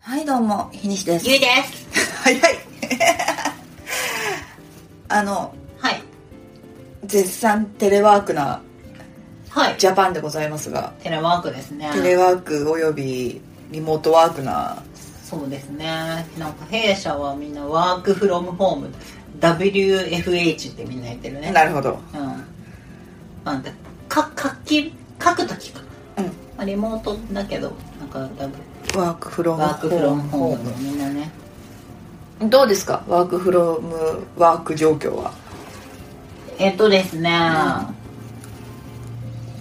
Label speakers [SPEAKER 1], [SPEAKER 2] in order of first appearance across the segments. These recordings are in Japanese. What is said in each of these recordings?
[SPEAKER 1] はいどうも日西です
[SPEAKER 2] ゆいです。
[SPEAKER 1] 早い あの
[SPEAKER 2] はい。
[SPEAKER 1] 絶賛テレワークな
[SPEAKER 2] はい。
[SPEAKER 1] ジャパンでございますが
[SPEAKER 2] テレワークですね。
[SPEAKER 1] テレワークおよびリモートワークな
[SPEAKER 2] そうですね。なんか弊社はみんなワークフロムホーム、WFH ってみんな言ってるね。
[SPEAKER 1] なるほど
[SPEAKER 2] うん。なんで、か、書き、書くときか。
[SPEAKER 1] うん
[SPEAKER 2] まあリモートだけど、なんか、W
[SPEAKER 1] ワークフロム
[SPEAKER 2] ワークフロムホ
[SPEAKER 1] ホ
[SPEAKER 2] ーム
[SPEAKER 1] ー
[SPEAKER 2] みんなね。
[SPEAKER 1] ムどうですかワークフロムワーク状況は
[SPEAKER 2] えっとですね、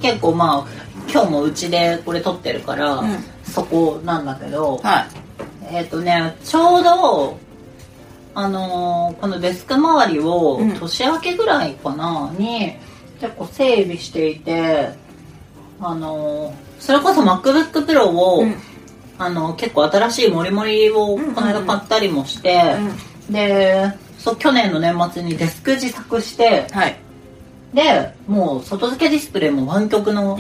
[SPEAKER 2] 結構まあ、今日もうちでこれ撮ってるから、
[SPEAKER 1] うん
[SPEAKER 2] そこなんだけど、
[SPEAKER 1] はい
[SPEAKER 2] えっ、とねちょうどあのーこのデスク周りを
[SPEAKER 1] うん
[SPEAKER 2] 年明けぐらいかな、に結構整備していてあのーそれこそ MacBookPro を、
[SPEAKER 1] うん
[SPEAKER 2] あの結構新しいモリモリをこ
[SPEAKER 1] うんうんうん
[SPEAKER 2] の間買ったりもして、でそう去年の年末にデスク自作して
[SPEAKER 1] はい
[SPEAKER 2] でもう外付けディスプレイも湾曲の、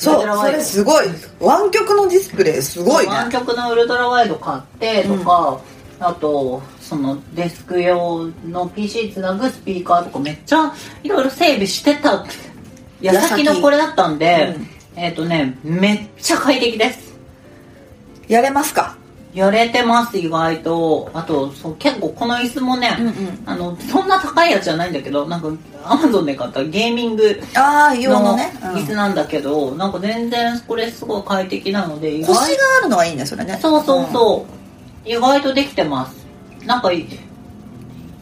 [SPEAKER 1] そ
[SPEAKER 2] こちら
[SPEAKER 1] う
[SPEAKER 2] は
[SPEAKER 1] それすごい湾曲のディスプレイすごいね
[SPEAKER 2] 湾曲のウルトラワイド買ってとか、あとそのデスク用の PC つなぐスピーカーとかめっちゃいろいろ整備してた矢先のこれだったんで、えっ、とねめっちゃ快適です
[SPEAKER 1] やれますか
[SPEAKER 2] やれてます意外とあとそう結構この椅子もね、
[SPEAKER 1] うんうん
[SPEAKER 2] あのそんな高いやつじゃないんだけどなんかアマゾンで買ったゲーミング
[SPEAKER 1] ああ用の
[SPEAKER 2] の
[SPEAKER 1] ね、うん
[SPEAKER 2] 椅子なんだけど、なんか全然これすごい快適なので意外と
[SPEAKER 1] 腰があるのはいいねそれね
[SPEAKER 2] そうそうそう、意外とできてますなんかい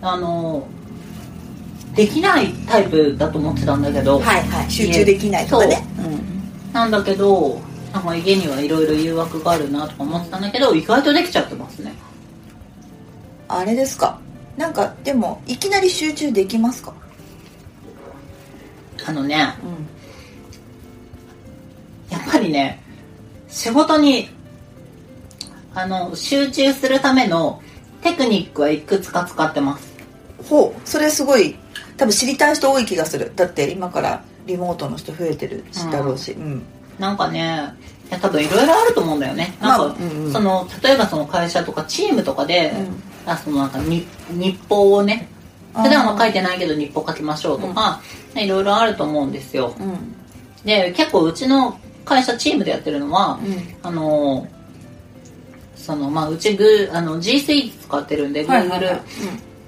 [SPEAKER 2] あのできないタイプだと思ってたんだけど、
[SPEAKER 1] うんはいはい集中できないとかね
[SPEAKER 2] なんだけどなんか家にはいろいろ誘惑があるなとか思ってたんだけど意外とできちゃってますね
[SPEAKER 1] あれですかなんかでもいきなり集中できますか
[SPEAKER 2] あのね
[SPEAKER 1] うん
[SPEAKER 2] やっぱりね仕事にあの集中するためのテクニックはいくつか使ってます
[SPEAKER 1] ほうそれすごい多分知りたい人多い気がするだって今からリモートの人増えてるしだろうしうん
[SPEAKER 2] なんかねいや多分いろいろあると思うんだよねなんか、
[SPEAKER 1] まあうんうん
[SPEAKER 2] その例えばその会社とかチームとかで、あそのなんか日日報をね
[SPEAKER 1] あー
[SPEAKER 2] 普段は書いてないけど日報書きましょうとか、ねいろいろあると思うんですよ
[SPEAKER 1] うん
[SPEAKER 2] で結構うちの会社チームでやってるのは、
[SPEAKER 1] うん
[SPEAKER 2] あのそのまあうちグあの G スイーツ使ってるんで Google、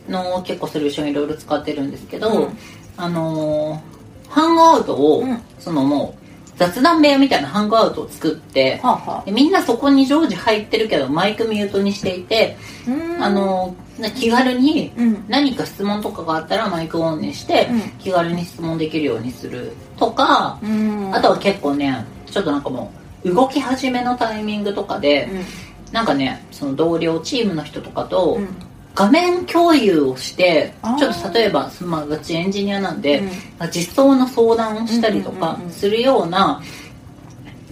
[SPEAKER 2] の結構ソリューションいろいろ使ってるんですけど、
[SPEAKER 1] うん
[SPEAKER 2] あのーハングアウトを、
[SPEAKER 1] うん
[SPEAKER 2] そのもう雑談部屋みたいなハングアウトを作って、
[SPEAKER 1] はあは
[SPEAKER 2] でみんなそこに常時入ってるけどマイクミュートにしていて、
[SPEAKER 1] あ
[SPEAKER 2] あのーな気軽に
[SPEAKER 1] うん
[SPEAKER 2] 何か質問とかがあったらマイクオンにして、
[SPEAKER 1] うん
[SPEAKER 2] 気軽に質問できるようにするとか、
[SPEAKER 1] うん
[SPEAKER 2] あとは結構ねちょっとなんかもう動き始めのタイミングとかで、なんかねその同僚チームの人とかと、
[SPEAKER 1] うん
[SPEAKER 2] 画面共有をして
[SPEAKER 1] あー
[SPEAKER 2] ちょっと例えばそのまあうちエンジニアなんで
[SPEAKER 1] うん、
[SPEAKER 2] まあ実装の相談をしたりとか
[SPEAKER 1] うんうんうんうん
[SPEAKER 2] するような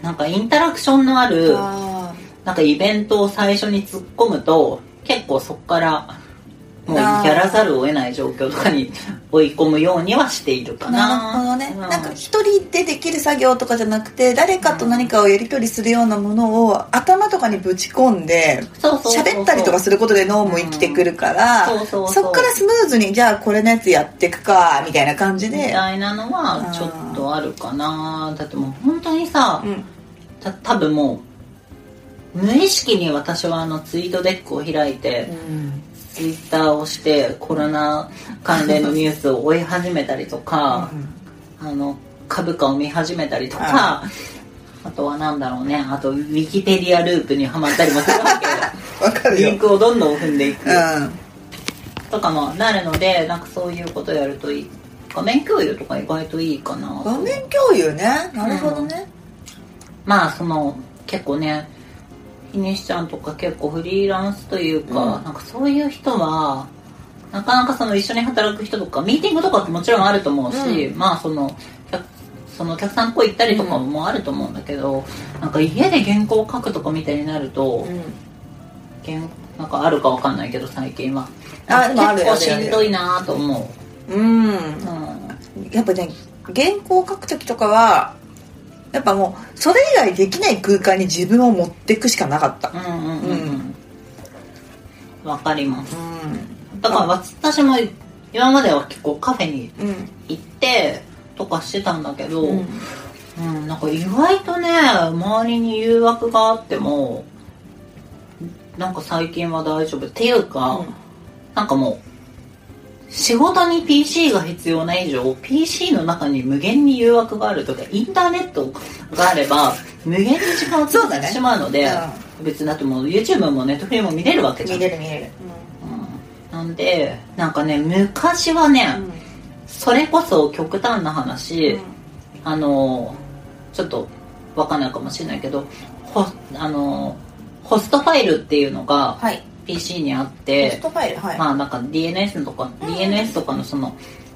[SPEAKER 2] なんかインタラクションのある
[SPEAKER 1] あ
[SPEAKER 2] なんかイベントを最初に突っ込むと結構そこからもう
[SPEAKER 1] あー
[SPEAKER 2] やらざるを得ない状況とかに追い込むようにはしているか
[SPEAKER 1] ー
[SPEAKER 2] な
[SPEAKER 1] なるほどね
[SPEAKER 2] う
[SPEAKER 1] なんか一人でできる作業とかじゃなくて誰かと何かをやり取りするようなものを頭とかにぶち込んで
[SPEAKER 2] そうそうそうそう
[SPEAKER 1] 喋ったりとかすることで脳も生きてくるから、
[SPEAKER 2] うんそうそうそ
[SPEAKER 1] っ
[SPEAKER 2] う
[SPEAKER 1] からスムーズにじゃあこれのやつやっていくかみたいな感じ
[SPEAKER 2] み
[SPEAKER 1] で、
[SPEAKER 2] たいなのはちょっとあるかなだってもう本当にさ、
[SPEAKER 1] うん、
[SPEAKER 2] た多分もう無意識に私はあのツイートデックを開いて、ツイッターをしてコロナ関連のニュースを追い始めたりとか、あの株価を見始めたりとか、あとはなんだろうねあとウィキペディアループにはまったりもするわ
[SPEAKER 1] わか
[SPEAKER 2] け
[SPEAKER 1] る
[SPEAKER 2] よ
[SPEAKER 1] よ、う
[SPEAKER 2] リンクをどんどん踏んでいく
[SPEAKER 1] ん、
[SPEAKER 2] とかもなるのでなんかそういうことやるといい画面共有とか意外といいかな
[SPEAKER 1] 画面共有ねなるほどね、
[SPEAKER 2] まあその結構ねひにしちゃんとか結構フリーランスというか、
[SPEAKER 1] うん
[SPEAKER 2] なんかそういう人はなかなかその一緒に働く人とかミーティングとかってもちろんあると思うし、まあその客そのお客さんっぽい行ったりとかもあると思うんだけど、なんか家で原稿を書くとかみたいになると、原なんかあるかわかんないけど最近は
[SPEAKER 1] あでもある
[SPEAKER 2] 結
[SPEAKER 1] よ
[SPEAKER 2] 構しんどいなと思
[SPEAKER 1] うん、
[SPEAKER 2] う、うん、
[SPEAKER 1] やっぱね原稿を書く時とかはやっぱもうそれ以外できない空間に自分を持っていくしかなかった
[SPEAKER 2] うんうんうんうんわかります
[SPEAKER 1] う
[SPEAKER 2] だから私も今までは結構カフェに
[SPEAKER 1] んうん
[SPEAKER 2] 行ってとかしてたんだけど、
[SPEAKER 1] うん
[SPEAKER 2] うん、なんか意外とね周りに誘惑があってもなんか最近は大丈夫っていうか、なんかもう仕事に PC が必要な以上 PC の中に無限に誘惑があるとかインターネットがあれ ば無限に時間を
[SPEAKER 1] そ
[SPEAKER 2] 使
[SPEAKER 1] うだ
[SPEAKER 2] って
[SPEAKER 1] ね
[SPEAKER 2] しまうので別にだってもう YouTube もネットフリも見れるわけじゃ
[SPEAKER 1] 見
[SPEAKER 2] ん、
[SPEAKER 1] れる見れる
[SPEAKER 2] うんなんでなんかね昔はね、それこそ極端な話、あのちょっとわかんないかもしれないけどホあのホストファイルっていうのが
[SPEAKER 1] はい
[SPEAKER 2] PC にあっ
[SPEAKER 1] テス
[SPEAKER 2] て、
[SPEAKER 1] トファイルはい
[SPEAKER 2] まあなんか DNS とか、
[SPEAKER 1] うん
[SPEAKER 2] DNS とかのその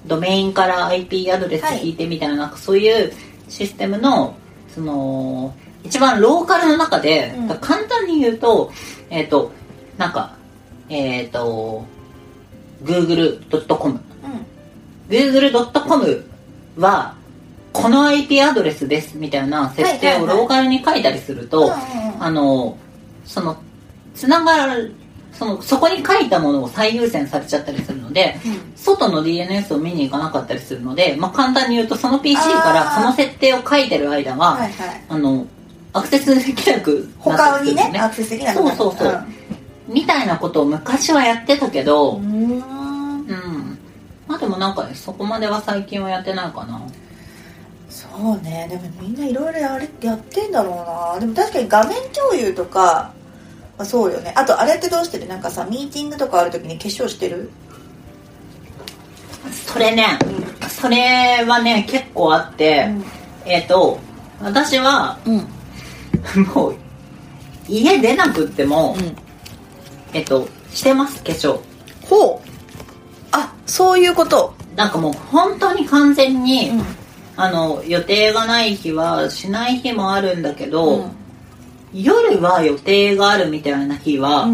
[SPEAKER 2] ドメインから IP アドレス
[SPEAKER 1] はい
[SPEAKER 2] 引いてみたいな,、なんかそういうシステムのその一番ローカルの中で、
[SPEAKER 1] うん
[SPEAKER 2] だから簡単に言うとえっ、となんかえっ、と google.com
[SPEAKER 1] う
[SPEAKER 2] google.com はこの IP アドレスですみたいな設定を
[SPEAKER 1] はいはいはい
[SPEAKER 2] ローカルに書いたりす
[SPEAKER 1] ん
[SPEAKER 2] る
[SPEAKER 1] うん
[SPEAKER 2] と
[SPEAKER 1] うん
[SPEAKER 2] あのそのつながるそのそこに書いたものを最優先されちゃったりするので
[SPEAKER 1] うん
[SPEAKER 2] 外の DNS を見に行かなかったりするので、まあ、簡単に言うとその PC か
[SPEAKER 1] あ
[SPEAKER 2] ら
[SPEAKER 1] ー
[SPEAKER 2] その設定を書いてる間は、
[SPEAKER 1] はいはい
[SPEAKER 2] あのアクセスできなくなった
[SPEAKER 1] 他
[SPEAKER 2] りす
[SPEAKER 1] に
[SPEAKER 2] るの
[SPEAKER 1] ねアクセスできなくなる
[SPEAKER 2] そうそうそうみたいなことを昔はやってたけど、
[SPEAKER 1] うんうーん
[SPEAKER 2] うんまあでもなんかねそこまでは最近はやってないかな
[SPEAKER 1] そうねでもみんないろいろやれやってんだろうなでも確かに画面共有とかはそうよねあとあれってどうしてるなんかさミーティングとかある時に化粧してる
[SPEAKER 2] それね
[SPEAKER 1] う
[SPEAKER 2] それはね結構あって、えっ、と私は
[SPEAKER 1] うんうん
[SPEAKER 2] もう家出なくっても、えっ、としてます化粧
[SPEAKER 1] ほうあそういうこと
[SPEAKER 2] なんかもう本当に完全に、
[SPEAKER 1] うん
[SPEAKER 2] あの予定がない日はしない日もあるんだけど、
[SPEAKER 1] うん
[SPEAKER 2] 夜は予定があるみたいな日は、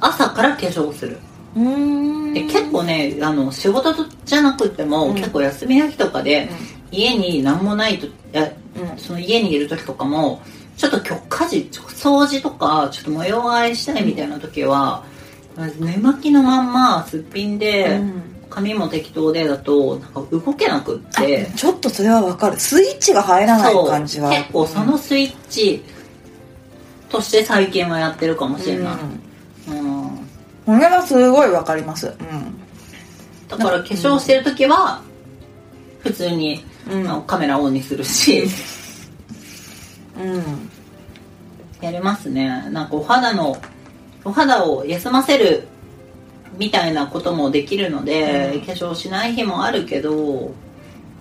[SPEAKER 2] 朝から化粧する
[SPEAKER 1] うん
[SPEAKER 2] で結構ねあの仕事じゃなくても、
[SPEAKER 1] うん
[SPEAKER 2] 結構休みの日とかで、家に何もないといや
[SPEAKER 1] うん
[SPEAKER 2] その家にいる時とかもちょっと今日家事ちょ掃除とかちょっと模様替えしたいみたいな時は、寝巻きのまんますっぴんで、
[SPEAKER 1] うん
[SPEAKER 2] 髪も適当でだとなんか動けなくって
[SPEAKER 1] ちょっとそれはわかるスイッチが入らない
[SPEAKER 2] そう
[SPEAKER 1] 感じは
[SPEAKER 2] 結構そのスイッチとして最近はやってるかもしれない、
[SPEAKER 1] うん
[SPEAKER 2] うん
[SPEAKER 1] これはすごいわかりますう
[SPEAKER 2] だから化粧してる時は普通に、
[SPEAKER 1] んうん
[SPEAKER 2] あのカメラオンにするし、
[SPEAKER 1] うん
[SPEAKER 2] やりますねなんかお肌のお肌を休ませるみたいなこともできるので、
[SPEAKER 1] うん
[SPEAKER 2] 化粧しない日もあるけど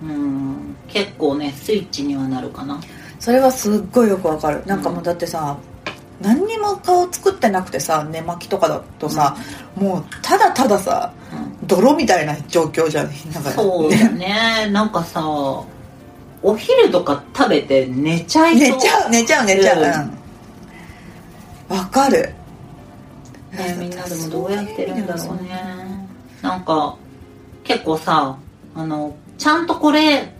[SPEAKER 2] うん結構ねスイッチにはなるかな
[SPEAKER 1] それはすっごいよくわかるなんかもうだってさ何にも顔作ってなくてさ寝巻きとかだとさ、もうただたださ
[SPEAKER 2] うん
[SPEAKER 1] 泥みたいな状況じゃないなんか
[SPEAKER 2] そうだ ねなんかさお昼とか食べて寝ちゃいそう
[SPEAKER 1] 寝ちゃう寝ちゃう寝ちゃう
[SPEAKER 2] うん
[SPEAKER 1] うんわ、かる
[SPEAKER 2] ねみんなでもどうやってるんだろうねなんか結構さあのちゃんとこれ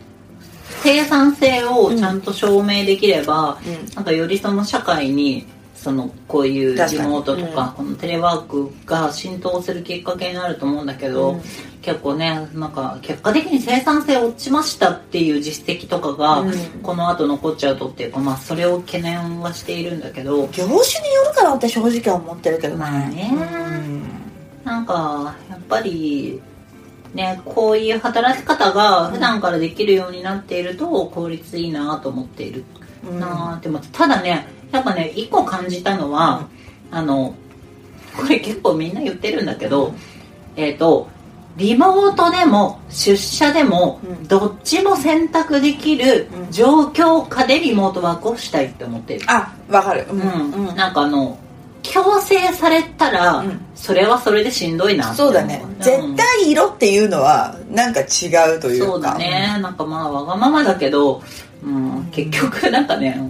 [SPEAKER 2] 生産性をちゃんと証明できれば、
[SPEAKER 1] うん
[SPEAKER 2] なんかよりその社会にそのこういう
[SPEAKER 1] 確
[SPEAKER 2] リ
[SPEAKER 1] かに
[SPEAKER 2] モートとかこのテレワークが浸透するきっかけになると思うんだけど、
[SPEAKER 1] うん
[SPEAKER 2] 結構ねなんか結果的に生産性落ちましたっていう実績とかが、
[SPEAKER 1] うん
[SPEAKER 2] この後残っちゃうとっていうか、まあ、それを懸念はしているんだけど
[SPEAKER 1] 業種によるかなって正直は思ってるけど
[SPEAKER 2] まあね
[SPEAKER 1] うん
[SPEAKER 2] なんかやっぱり。ね、こういう働き方が普段からできるようになっていると効率いいなと思っている
[SPEAKER 1] うん
[SPEAKER 2] なあでもただねやっぱね一個感じたのは、あのこれ結構みんな言ってるんだけど、えっ、とリモートでも出社でも、
[SPEAKER 1] うん
[SPEAKER 2] どっちも選択できる
[SPEAKER 1] うん
[SPEAKER 2] 状況下でリモートワークをしたいって思ってる、
[SPEAKER 1] あわかるう
[SPEAKER 2] うん
[SPEAKER 1] んうん
[SPEAKER 2] なんかあの強制されたら、
[SPEAKER 1] うん
[SPEAKER 2] それはそれでしんどいなって
[SPEAKER 1] そ
[SPEAKER 2] 思
[SPEAKER 1] うだね
[SPEAKER 2] ん
[SPEAKER 1] 絶対色っていうのはなんか違うというか
[SPEAKER 2] そうだねなんかまあわがままだけど、うん
[SPEAKER 1] うん
[SPEAKER 2] 結局なんかね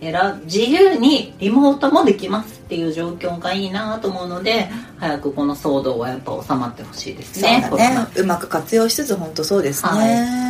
[SPEAKER 2] 選自由にリモートもできますっていう状況がいいなと思うので早くこの騒動はやっぱ収まってほしいです
[SPEAKER 1] そう
[SPEAKER 2] ね
[SPEAKER 1] だねうまく活用しつつ本当そうですね、
[SPEAKER 2] は